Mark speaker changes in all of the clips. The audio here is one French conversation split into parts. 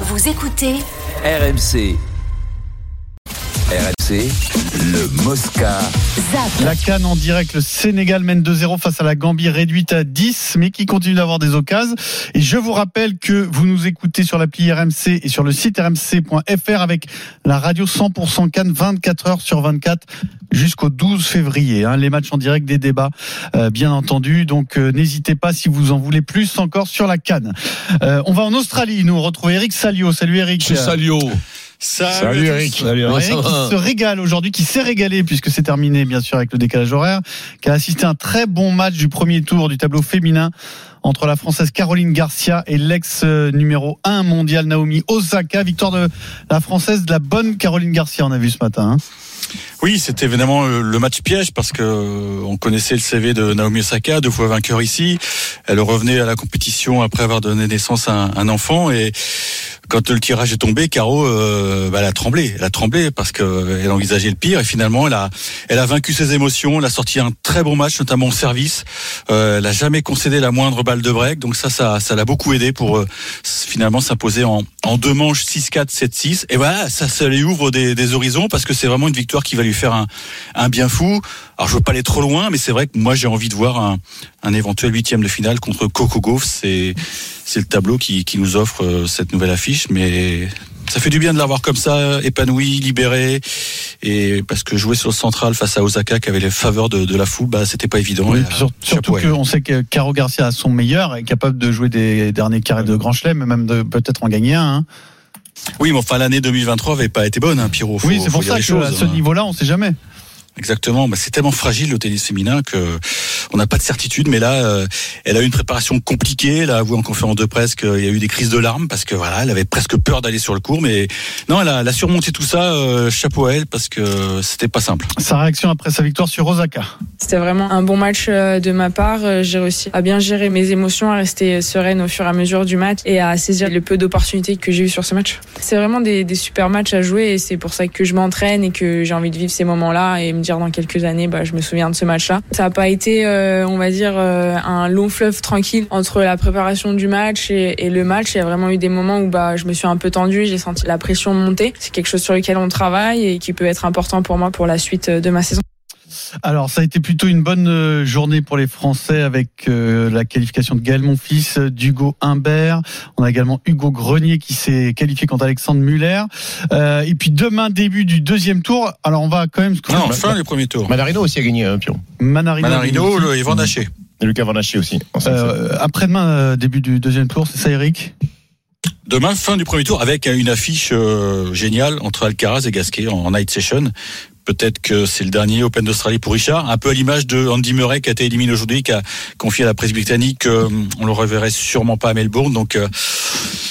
Speaker 1: Vous écoutez
Speaker 2: RMC. RMC, le Mosca.
Speaker 1: ZAP.
Speaker 3: La Cannes en direct, le Sénégal mène 2-0 face à la Gambie réduite à 10, mais qui continue d'avoir des occasions. Et je vous rappelle que vous nous écoutez sur l'appli RMC et sur le site rmc.fr avec la radio 100% Cannes 24 heures sur 24 jusqu'au 12 février. hein. les matchs en direct, des débats, euh, bien entendu. Donc euh, n'hésitez pas si vous en voulez plus encore sur la Cannes. Euh, on va en Australie, nous retrouver Eric Salio. Salut Eric.
Speaker 4: Monsieur Salio.
Speaker 5: Salut Eric.
Speaker 3: Alors,
Speaker 4: Ça
Speaker 3: Eric
Speaker 4: va
Speaker 3: qui se régale aujourd'hui, qui s'est régalé puisque c'est terminé bien sûr avec le décalage horaire, qui a assisté à un très bon match du premier tour du tableau féminin entre la Française Caroline Garcia et l'ex euh, numéro 1 mondial Naomi Osaka. Victoire de la Française, de la bonne Caroline Garcia, on a vu ce matin. hein.
Speaker 5: Oui, c'était évidemment euh, le match piège parce que euh, on connaissait le CV de Naomi Osaka, deux fois vainqueur ici. Elle revenait à la compétition après avoir donné naissance à un, un enfant et quand le tirage est tombé, Caro, euh, bah, elle a tremblé. Elle a tremblé parce que euh, elle envisageait le pire et finalement elle a, elle a vaincu ses émotions. Elle a sorti un très bon match, notamment au service. Euh, elle a jamais concédé la moindre balle de break, donc ça, ça, ça l'a beaucoup aidé pour euh, s- finalement s'imposer en, en deux manches 6-4, 7-6. Et voilà, ça, ça lui ouvre des, des horizons parce que c'est vraiment une victoire qui va lui faire un, un bien fou. Alors je veux pas aller trop loin, mais c'est vrai que moi j'ai envie de voir un, un éventuel huitième de finale contre Coco Gauff. C'est c'est le tableau qui, qui nous offre euh, cette nouvelle affiche, mais ça fait du bien de l'avoir comme ça, épanoui, libéré, et parce que jouer sur le central face à Osaka qui avait les faveurs de, de la foule, bah c'était pas évident.
Speaker 3: Oui,
Speaker 5: Et,
Speaker 3: puis sur-
Speaker 5: euh,
Speaker 3: surtout
Speaker 5: chapeau à elle.
Speaker 3: qu'on sait que Caro Garcia a son meilleur, est capable de jouer des derniers carrés de Grand Chelem, même de peut-être en gagner un. hein.
Speaker 5: Oui, mais enfin l'année 2023 avait pas été bonne, hein, Pierrot. Faut-
Speaker 3: Oui, c'est
Speaker 5: faut
Speaker 3: pour
Speaker 5: dire
Speaker 3: ça
Speaker 5: les
Speaker 3: que
Speaker 5: choses,
Speaker 3: à ce
Speaker 5: hein.
Speaker 3: niveau-là, on sait jamais.
Speaker 5: Exactement. Bah, c'est tellement fragile le tennis féminin que on n'a pas de certitude. Mais là, euh, elle a eu une préparation compliquée. Elle a avoué en conférence de presse qu'il y a eu des crises de larmes parce que voilà, elle avait presque peur d'aller sur le cours. Mais non, elle a, elle a surmonté tout ça. euh, chapeau à elle parce que c'était pas simple.
Speaker 3: Sa réaction après sa victoire sur Osaka.
Speaker 6: C'était vraiment un bon match euh, de ma part. Euh, J'ai réussi à bien gérer mes émotions, à rester euh, sereine au fur et à mesure du match et à saisir le peu d'opportunités que j'ai eues sur ce match. C'est vraiment des, des super matchs à jouer et c'est pour ça que je m'entraîne et que j'ai envie de vivre ces moments-là et me dire dans quelques années, bah, je me souviens de ce match-là. Ça n'a pas été, euh, on va dire, euh, un long fleuve tranquille entre la préparation du match et, et le match. Il y a vraiment eu des moments où bah, je me suis un peu tendue, j'ai senti la pression monter. C'est quelque chose sur lequel on travaille et qui peut être important pour moi pour la suite euh, de ma saison.
Speaker 3: Alors, ça a été plutôt une bonne euh, journée pour les Français avec euh, la qualification de Gaël Monfils, euh, d'Hugo Humbert. On a également Hugo Grenier qui s'est qualifié contre Alexandre Muller. Euh, et puis demain, début du deuxième tour. Alors, on va quand même...
Speaker 5: Non, enfin les premiers tours.
Speaker 4: Manarino aussi a gagné un pion.
Speaker 3: Manarino.
Speaker 5: Manarino, le Yvan Daché.
Speaker 4: Et Lucas Vanaché aussi. en cinq sets.
Speaker 3: Euh, Après-demain, euh, début du deuxième tour, c'est ça, Eric
Speaker 5: Demain, fin du premier tour, avec une affiche euh, géniale entre Alcaraz et Gasquet en night session. Peut-être que c'est le dernier Open d'Australie pour Richard, un peu à l'image de Andy Murray qui a été éliminé aujourd'hui, qui a confié à la presse britannique qu'on le reverrait sûrement pas à Melbourne. Donc euh,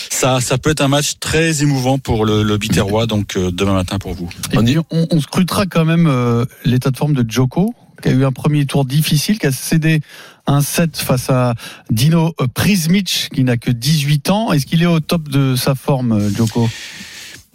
Speaker 5: ça, ça peut être un match très émouvant pour le, le Biterrois. Donc euh, demain matin pour vous.
Speaker 3: Et
Speaker 4: On dit-
Speaker 3: puis, on, on scrutera quand même euh, l'état de forme de Joko, qui a eu un premier tour difficile, qui a cédé un set face à Dino euh, Prismic, qui n'a que 18 ans. Est-ce qu'il est au top de sa forme, euh, Joko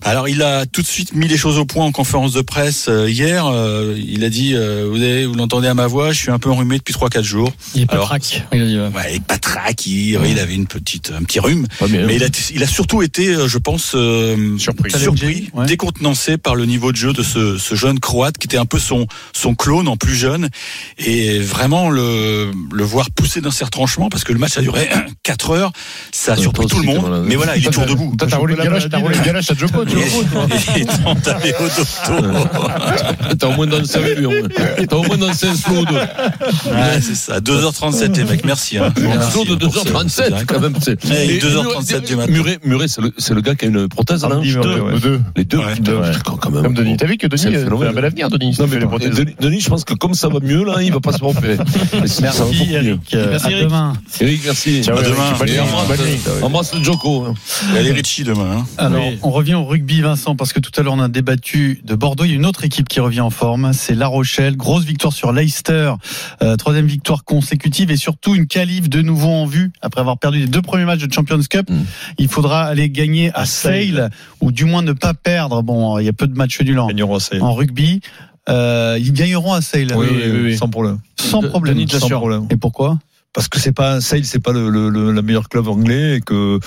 Speaker 5: Alors il a tout de suite mis les choses au point en conférence de presse euh, hier. Euh, il a dit, euh, vous, avez- vous l'entendez à ma voix, je suis un peu enrhumé depuis 3-4 jours.
Speaker 7: Il est pas
Speaker 5: Alors-
Speaker 7: track. Il a dit, ouais.
Speaker 5: Ouais, et patraque, il, il avait une petite, un petit rhume.
Speaker 4: Ouais, mais,
Speaker 5: Mais il a, il a surtout été, euh, je pense, euh,
Speaker 4: Surpris.
Speaker 5: surpris,
Speaker 3: Ouais.
Speaker 5: décontenancé par le niveau de jeu de ce, ce jeune croate qui était un peu son, son clone en plus jeune. Et vraiment le, le voir pousser dans ses retranchements, parce que le match a duré 4 heures, ça a
Speaker 4: Ouais,
Speaker 5: surpris
Speaker 4: pas
Speaker 5: tout le
Speaker 4: aussi,
Speaker 5: monde.
Speaker 4: quand même.
Speaker 5: Mais voilà, il est toujours
Speaker 4: Total.
Speaker 5: debout.
Speaker 4: Toi, t'as roulé le galoche, t'as roulé le galoche à Joko, tu vois.
Speaker 5: Il est temps d'aller au dodo.
Speaker 7: T'as au moins dansé avec lui. au moins. hein. T'as au moins dansé un slow de,
Speaker 5: Ouais, c'est ça. 2h37 les mecs, merci. Hein.
Speaker 7: un
Speaker 5: Merci
Speaker 7: slow de
Speaker 5: pour ce- ce
Speaker 7: 2h37
Speaker 5: direct.
Speaker 7: quand même. c'est-
Speaker 5: Ouais, il est
Speaker 7: Et-
Speaker 5: 2h37 du matin.
Speaker 7: Muret, Muret, c'est le, c'est le gars qui a une prothèse là. hein.
Speaker 4: Andy Murray, ouais. Deux.
Speaker 7: Les deux,
Speaker 5: Ouais.
Speaker 7: putain,
Speaker 4: Ouais.
Speaker 7: quand même.
Speaker 4: Comme Denis. T'as vu que
Speaker 7: C'est
Speaker 4: Denis,
Speaker 7: le
Speaker 4: euh, fait
Speaker 7: phénomène.
Speaker 4: un bel avenir, Denis.
Speaker 7: Non,
Speaker 4: il fait
Speaker 7: mais
Speaker 4: les
Speaker 7: bon,
Speaker 4: prothèses.
Speaker 7: Denis, Denis, je pense que comme ça va mieux là, il va pas se tromper. Mais c'est- ça va beaucoup
Speaker 3: Merci,
Speaker 7: mieux.
Speaker 3: Eric. Euh,
Speaker 7: Merci,
Speaker 3: à
Speaker 7: Eric.
Speaker 3: demain.
Speaker 7: Eric, merci.
Speaker 4: Ciao,
Speaker 5: À
Speaker 4: Eric.
Speaker 5: demain.
Speaker 4: Bonne nuit.
Speaker 7: Et embrasse,
Speaker 4: Bonne nuit.
Speaker 7: embrasse le Joko. hein.
Speaker 5: Il y a les Ritchie demain. hein.
Speaker 3: Alors,
Speaker 7: Oui.
Speaker 3: on revient au rugby, Vincent, parce que tout à l'heure, on a débattu de Bordeaux. Il y a une autre équipe qui revient en forme, c'est La Rochelle. Grosse victoire sur Leicester, euh, troisième victoire consécutive et surtout une qualif de nouveau en vue. Après avoir perdu les deux premiers matchs de Champions Cup,
Speaker 7: Mm.
Speaker 3: il faudra aller gagner à Sale, ou du moins ne pas perdre. Bon, il y a peu de matchs nuls en, en rugby. Euh, ils gagneront à Sale, euh,
Speaker 8: Sans problème.
Speaker 3: sans problème.
Speaker 8: Sans problème.
Speaker 3: Et pourquoi
Speaker 7: parce que c'est pas Sale, c'est pas le, le, le la meilleur club anglais et que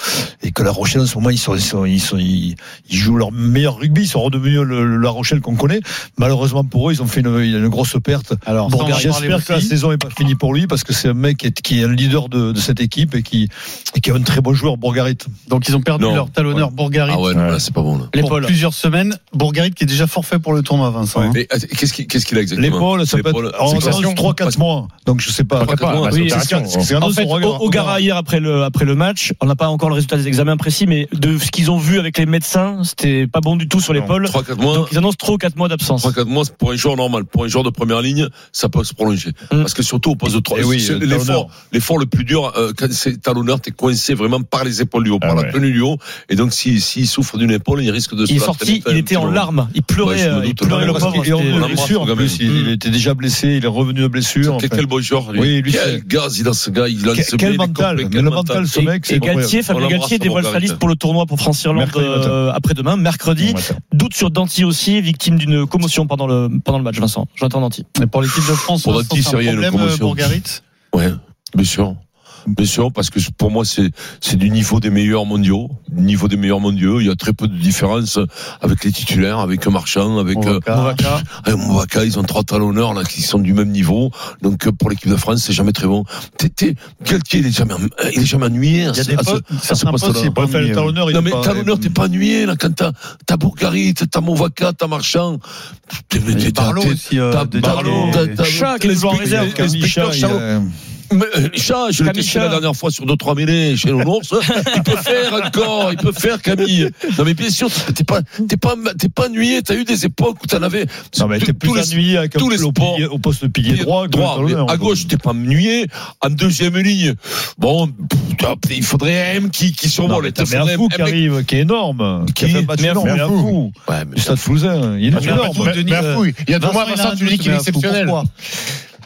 Speaker 7: et que La Rochelle en ce moment ils sont ils sont ils, sont- ils- ils jouent leur meilleur rugby, ils sont redevenus le, le La Rochelle qu'on connaît. Malheureusement pour eux, ils ont fait une, une grosse perte.
Speaker 3: Alors,
Speaker 7: Bon,
Speaker 3: ça, on va en parler
Speaker 7: j'espère que la
Speaker 3: aussi.
Speaker 7: saison est pas finie pour lui parce que c'est un mec qui est, qui est un leader de, de cette équipe et qui et qui est un très bon joueur Bourgarit.
Speaker 3: Donc ils ont perdu
Speaker 1: Non.
Speaker 3: leur talonneur Bourgarit
Speaker 1: Ah ouais, non, là, c'est pas bon. Là.
Speaker 3: pour plusieurs semaines. Bourgarit qui est déjà forfait pour le tournoi, Vincent. hein.
Speaker 7: euh,
Speaker 1: Mais attends, qu'est-ce qu'il qu'est-ce qu'il a exactement
Speaker 7: L'épaule, ça peut
Speaker 1: L'épaule,
Speaker 7: être en
Speaker 1: c'est quoi
Speaker 7: 3-4 mois. Donc je sais pas.
Speaker 1: Trois, quatre mois,
Speaker 8: oui,
Speaker 4: c'est
Speaker 7: c'est
Speaker 4: opération.
Speaker 7: c'est un
Speaker 8: En
Speaker 7: autre
Speaker 8: fait,
Speaker 7: regard.
Speaker 8: au Gara hier après le après le match, on n'a pas encore le résultat des examens précis, mais de ce qu'ils ont vu avec les médecins, c'était pas bon du tout sur l'épaule.
Speaker 1: 3-4 mois.
Speaker 8: Donc ils annoncent trop 4 mois d'absence.
Speaker 1: 3-4 mois, c'est pour un joueur normal, pour un joueur de première ligne, ça peut se prolonger.
Speaker 8: Mm.
Speaker 1: Parce que surtout au poste de 3,
Speaker 7: Eh oui,
Speaker 1: c'est
Speaker 7: euh,
Speaker 1: l'effort,
Speaker 7: talonneur.
Speaker 1: l'effort le plus dur, euh, quand c'est talonneur, t'es coincé vraiment par les épaules du haut,
Speaker 4: Ah
Speaker 1: par
Speaker 4: ouais.
Speaker 1: la tenue du haut. Et donc, s'il s'il souffre d'une épaule, il risque de se
Speaker 8: Il est
Speaker 1: la traîner
Speaker 8: sorti,
Speaker 1: un
Speaker 8: il
Speaker 1: petit
Speaker 8: était en
Speaker 1: moment.
Speaker 8: larmes, il
Speaker 1: Ouais, je
Speaker 8: pleurait,
Speaker 1: me
Speaker 8: euh, il
Speaker 1: doute, non,
Speaker 8: pleurait le
Speaker 1: parce
Speaker 8: pauvre.
Speaker 1: qu'il
Speaker 7: Il est
Speaker 8: c'était-
Speaker 7: revenu
Speaker 1: On
Speaker 7: de
Speaker 1: l'embrasse,
Speaker 7: blessure, en
Speaker 1: quand
Speaker 7: plus,
Speaker 1: même.
Speaker 7: il, il était déjà blessé, il est revenu de blessure.
Speaker 1: Quel,
Speaker 7: enfin.
Speaker 1: quel bon joueur, lui.
Speaker 7: Oui, lui,
Speaker 1: quel
Speaker 7: c'est-
Speaker 1: gaz, il lance ce gars, il lance
Speaker 7: Quel-
Speaker 1: ce
Speaker 7: quel
Speaker 1: bien, il est
Speaker 7: mental,
Speaker 1: complet,
Speaker 7: mais le mental, ce mec,
Speaker 8: Et
Speaker 7: c'est incroyable.
Speaker 8: Galtier, Fabien
Speaker 1: On l'embrasse,
Speaker 8: Galtier dévoile sa
Speaker 1: Margarita.
Speaker 8: liste pour le tournoi pour France-Irlande
Speaker 7: Mercredi
Speaker 8: euh,
Speaker 7: matin.
Speaker 8: après-demain, mercredi. Doute sur Danti aussi, victime d'une commotion pendant le, pendant le match, Vincent. J'entends Danti.
Speaker 3: Mais pour l'équipe de France,
Speaker 1: Pour
Speaker 3: Vincent,
Speaker 1: Danti,
Speaker 3: c'est
Speaker 1: c'est
Speaker 3: un
Speaker 1: rien, le Ah,
Speaker 3: problème euh,
Speaker 1: commotion.
Speaker 3: Bourgarit.
Speaker 1: Ouais, bien sûr. Bien sûr, parce que pour moi, c'est, c'est du niveau des meilleurs mondiaux. Du niveau des meilleurs mondiaux. Il y a très peu de différence avec les titulaires, avec Marchand, avec, euh,
Speaker 3: Moraka.
Speaker 1: euh, Movaca. Ils ont trois talonneurs, là, qui sont du même niveau. Donc, euh, pour l'équipe de France, c'est jamais très bon. T'es, t'es, Galtier, il est jamais, euh, il est jamais ennuyé. à
Speaker 3: Il y a
Speaker 1: ce-
Speaker 3: des
Speaker 1: à ce-
Speaker 3: postes, euh, certains
Speaker 1: poste-là.
Speaker 3: postes, il est pas
Speaker 7: Raphaël
Speaker 3: ennuyé, oui.
Speaker 7: Talonneur, il
Speaker 1: non
Speaker 7: est
Speaker 1: mais
Speaker 7: pas-
Speaker 1: talonneur t'es pas ennuyé là quand t'as t'as Bourgarit t'as Movaca t'as Marchand t'es
Speaker 3: Il y a
Speaker 1: t'es-
Speaker 3: Barlow
Speaker 1: t'es-
Speaker 3: aussi, euh,
Speaker 1: t'as
Speaker 3: des-
Speaker 1: Barlow,
Speaker 3: des-
Speaker 1: t'as- t'as-
Speaker 8: Chat qui
Speaker 1: t'as
Speaker 8: est toujours en
Speaker 1: l'inspecteur-
Speaker 8: réserve.
Speaker 1: l'inspecteur
Speaker 7: Camicha, il
Speaker 1: Chalot.
Speaker 7: a-
Speaker 1: Mais, euh, chat, je l'ai testé
Speaker 8: Chat.
Speaker 1: la dernière fois sur 2-3 mêlées chez l'ours. Il peut faire encore, il peut faire Camille. Non mais bien sûr, t'es pas, t'es pas, t'es pas ennuyé. T'as eu des époques où t'en avais.
Speaker 7: Non, mais
Speaker 1: tous-
Speaker 7: t'es plus
Speaker 1: tous les-
Speaker 7: ennuyé avec un
Speaker 1: tous les
Speaker 7: peu au
Speaker 1: sports-
Speaker 7: pilier- au poste de pilier droit. que
Speaker 1: droit,
Speaker 7: le
Speaker 1: mais
Speaker 7: talonneur.
Speaker 1: à gauche, t'es pas ennuyé. En deuxième ligne, bon, putain, il faudrait un M qui, qui
Speaker 7: Non,
Speaker 1: survole.
Speaker 7: mais
Speaker 1: Il te
Speaker 7: t'as
Speaker 1: faudrait
Speaker 7: un fou
Speaker 1: un
Speaker 7: qui
Speaker 1: mec-
Speaker 7: arrive, qui est énorme. Qui a
Speaker 1: Qui
Speaker 7: fait un match
Speaker 4: Mais un
Speaker 7: énorme,
Speaker 4: fou.
Speaker 7: mais un fou.
Speaker 1: Ouais, mais
Speaker 7: Du Stade Toulousain, il est
Speaker 3: mais un
Speaker 7: énorme.
Speaker 3: fou, Denis,
Speaker 4: Mais
Speaker 3: euh,
Speaker 4: un fou, il y a deux mois,
Speaker 3: il a
Speaker 4: Vincent,
Speaker 3: un
Speaker 4: tu dis
Speaker 3: doute,
Speaker 4: qu'il est
Speaker 3: mais un fou,
Speaker 4: exceptionnel.
Speaker 3: pourquoi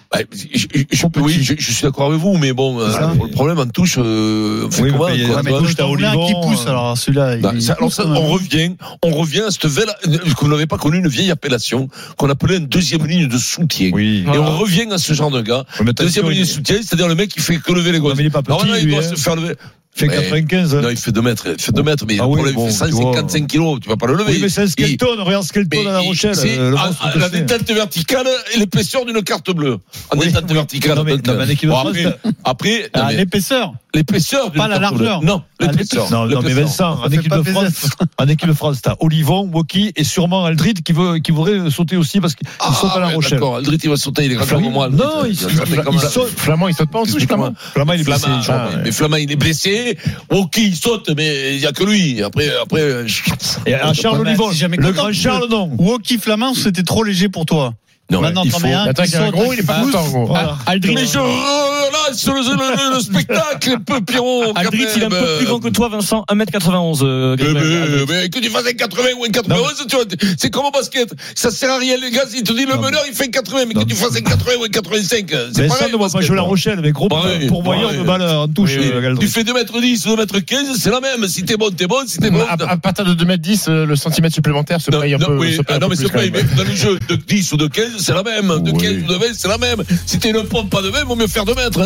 Speaker 1: Bah, je, je- je- oui, je, je suis d'accord avec vous, mais bon, euh,
Speaker 3: ça.
Speaker 1: pour le problème en touche, euh, on fait
Speaker 7: Oui,
Speaker 1: comment,
Speaker 7: mais il y a
Speaker 1: quoi,
Speaker 7: la
Speaker 1: toi
Speaker 7: méthode
Speaker 3: Touche, t'as
Speaker 7: T'as
Speaker 3: Moulin
Speaker 7: Olivon,
Speaker 3: qui pousse,
Speaker 7: euh,
Speaker 3: alors celui-là. il-
Speaker 1: Non,
Speaker 3: il
Speaker 1: Bah, ça- alors
Speaker 3: pousse
Speaker 1: ça,
Speaker 3: quand même.
Speaker 1: on revient, on revient à cette velle qu'on n'avait pas connue, une vieille appellation qu'on appelait une deuxième ligne de soutien.
Speaker 7: Oui.
Speaker 1: Et on revient à ce genre de gars.
Speaker 7: Mais attention,
Speaker 1: Deuxième ligne de
Speaker 7: il-
Speaker 1: soutien, c'est-à-dire le mec qui fait que lever les
Speaker 7: Non,
Speaker 1: gosses.
Speaker 7: mais il est pas petit,
Speaker 1: Normalement, il
Speaker 7: lui,
Speaker 1: doit
Speaker 7: hein.
Speaker 1: se faire lever.
Speaker 7: Il fait
Speaker 1: Mais-
Speaker 7: 95. hein.
Speaker 1: Non, il fait 2 mètres. Il fait 2 mètres, mais
Speaker 7: Ah
Speaker 1: le
Speaker 7: oui,
Speaker 1: problème,
Speaker 7: bon,
Speaker 1: il fait
Speaker 7: tu vois.
Speaker 1: 155 kilos. Tu vas pas le lever.
Speaker 7: Oui, mais c'est un
Speaker 1: Il-
Speaker 7: Skelton. Regarde
Speaker 1: mais
Speaker 7: Skelton à La
Speaker 1: il-
Speaker 7: Rochelle.
Speaker 1: c'est
Speaker 7: euh, le
Speaker 1: à-
Speaker 7: monstre
Speaker 1: à
Speaker 7: que
Speaker 1: la
Speaker 7: c'est.
Speaker 1: détente verticale et l'épaisseur d'une carte bleue. En
Speaker 7: Oui.
Speaker 1: détente verticale.
Speaker 7: Non, mais-
Speaker 1: donc,
Speaker 7: non, mais en équipe de
Speaker 1: bon,
Speaker 7: France,
Speaker 1: après, après, non,
Speaker 3: Ah,
Speaker 1: mais
Speaker 3: L'épaisseur.
Speaker 1: l'épaisseur d'une
Speaker 3: pas la
Speaker 1: carte bleue.
Speaker 3: largeur.
Speaker 1: Non,
Speaker 3: Ah,
Speaker 1: l'épaisseur.
Speaker 7: Non, non, mais
Speaker 1: L'épaisseur.
Speaker 7: Vincent, en
Speaker 3: fait
Speaker 7: équipe,
Speaker 3: pas
Speaker 7: de
Speaker 3: plaisir.
Speaker 7: France, en équipe de France, t'as Olivon, Woki et sûrement Aldrid qui, veut, qui voudrait sauter aussi parce qu'il
Speaker 1: Ah,
Speaker 7: saute à La
Speaker 1: ouais,
Speaker 7: Rochelle.
Speaker 1: D'accord, Aldrit, il va sauter, il est grand comme moi. Aldrit.
Speaker 7: Non, il-
Speaker 1: va sauter
Speaker 7: il-
Speaker 1: comme
Speaker 7: il
Speaker 1: un-
Speaker 7: saute.
Speaker 4: Flamand, il saute pas en touche,
Speaker 1: Explique-moi.
Speaker 4: Flamand.
Speaker 7: Flamand, il est blessé.
Speaker 1: Flamand,
Speaker 7: Jean.
Speaker 1: ah, mais Flamand, il est blessé. Woki, il saute, mais il n'y a que lui. Après, après. euh,
Speaker 7: Et à Charles
Speaker 3: Ouais,
Speaker 7: Olivon,
Speaker 3: si jamais
Speaker 7: le
Speaker 3: content.
Speaker 7: grand Charles, non.
Speaker 3: Woki Flamin, c'était trop léger pour toi.
Speaker 1: Non,
Speaker 3: Maintenant,
Speaker 1: il
Speaker 3: t'en
Speaker 1: faut-
Speaker 3: mets un.
Speaker 4: Attends,
Speaker 3: qui
Speaker 4: il y a un
Speaker 3: saute,
Speaker 4: gros, il est pas
Speaker 3: pousse.
Speaker 4: content, en gros.
Speaker 3: Voilà.
Speaker 8: Aldrit,
Speaker 1: Mais je relâche le, le, le spectacle, peu Pierrot. quand
Speaker 8: Aldrit, il est un
Speaker 1: même.
Speaker 8: peu plus grand que toi, Vincent, 1m91. euh,
Speaker 1: Mais,
Speaker 8: Gabriel
Speaker 1: mais,
Speaker 8: Aldrit.
Speaker 1: mais que tu fasses un 80 ou un 91, tu vois, c'est comme au basket. Ça sert à rien, les gars. Il te dit le
Speaker 7: Non, mais-
Speaker 1: meneur, il fait 80, mais
Speaker 7: Non.
Speaker 1: que tu fasses un 80 ou un 85. C'est pareil.
Speaker 7: Mais Ben ça ne
Speaker 1: au
Speaker 7: voit pas
Speaker 1: basket.
Speaker 7: jouer La Rochelle, mais gros
Speaker 1: Ouais,
Speaker 7: pourvoyeur
Speaker 1: ouais.
Speaker 7: de balles en touche.
Speaker 1: Bah Oui, oui.
Speaker 7: euh, Aldrit.
Speaker 1: Tu fais 2m10 ou 2m15, c'est la même. Si t'es bon, t'es bon. Si t'es bon,
Speaker 4: À,
Speaker 1: t'as-
Speaker 4: à partir de 2m10, euh, le centimètre supplémentaire Hum, ah, se
Speaker 1: Non,
Speaker 4: paye un
Speaker 1: non,
Speaker 4: peu.
Speaker 1: oui,
Speaker 4: se paye
Speaker 1: ah
Speaker 4: un
Speaker 1: non,
Speaker 4: peu
Speaker 1: mais
Speaker 4: plus
Speaker 1: c'est
Speaker 4: quand
Speaker 1: pas
Speaker 4: même.
Speaker 1: mais dans le jeu de 10 ou de 15, c'est la même. De
Speaker 4: Oui.
Speaker 1: 15 ou de 20, c'est la même. Si t'es une pompe à 20, vaut mieux faire 2 mètres. hein.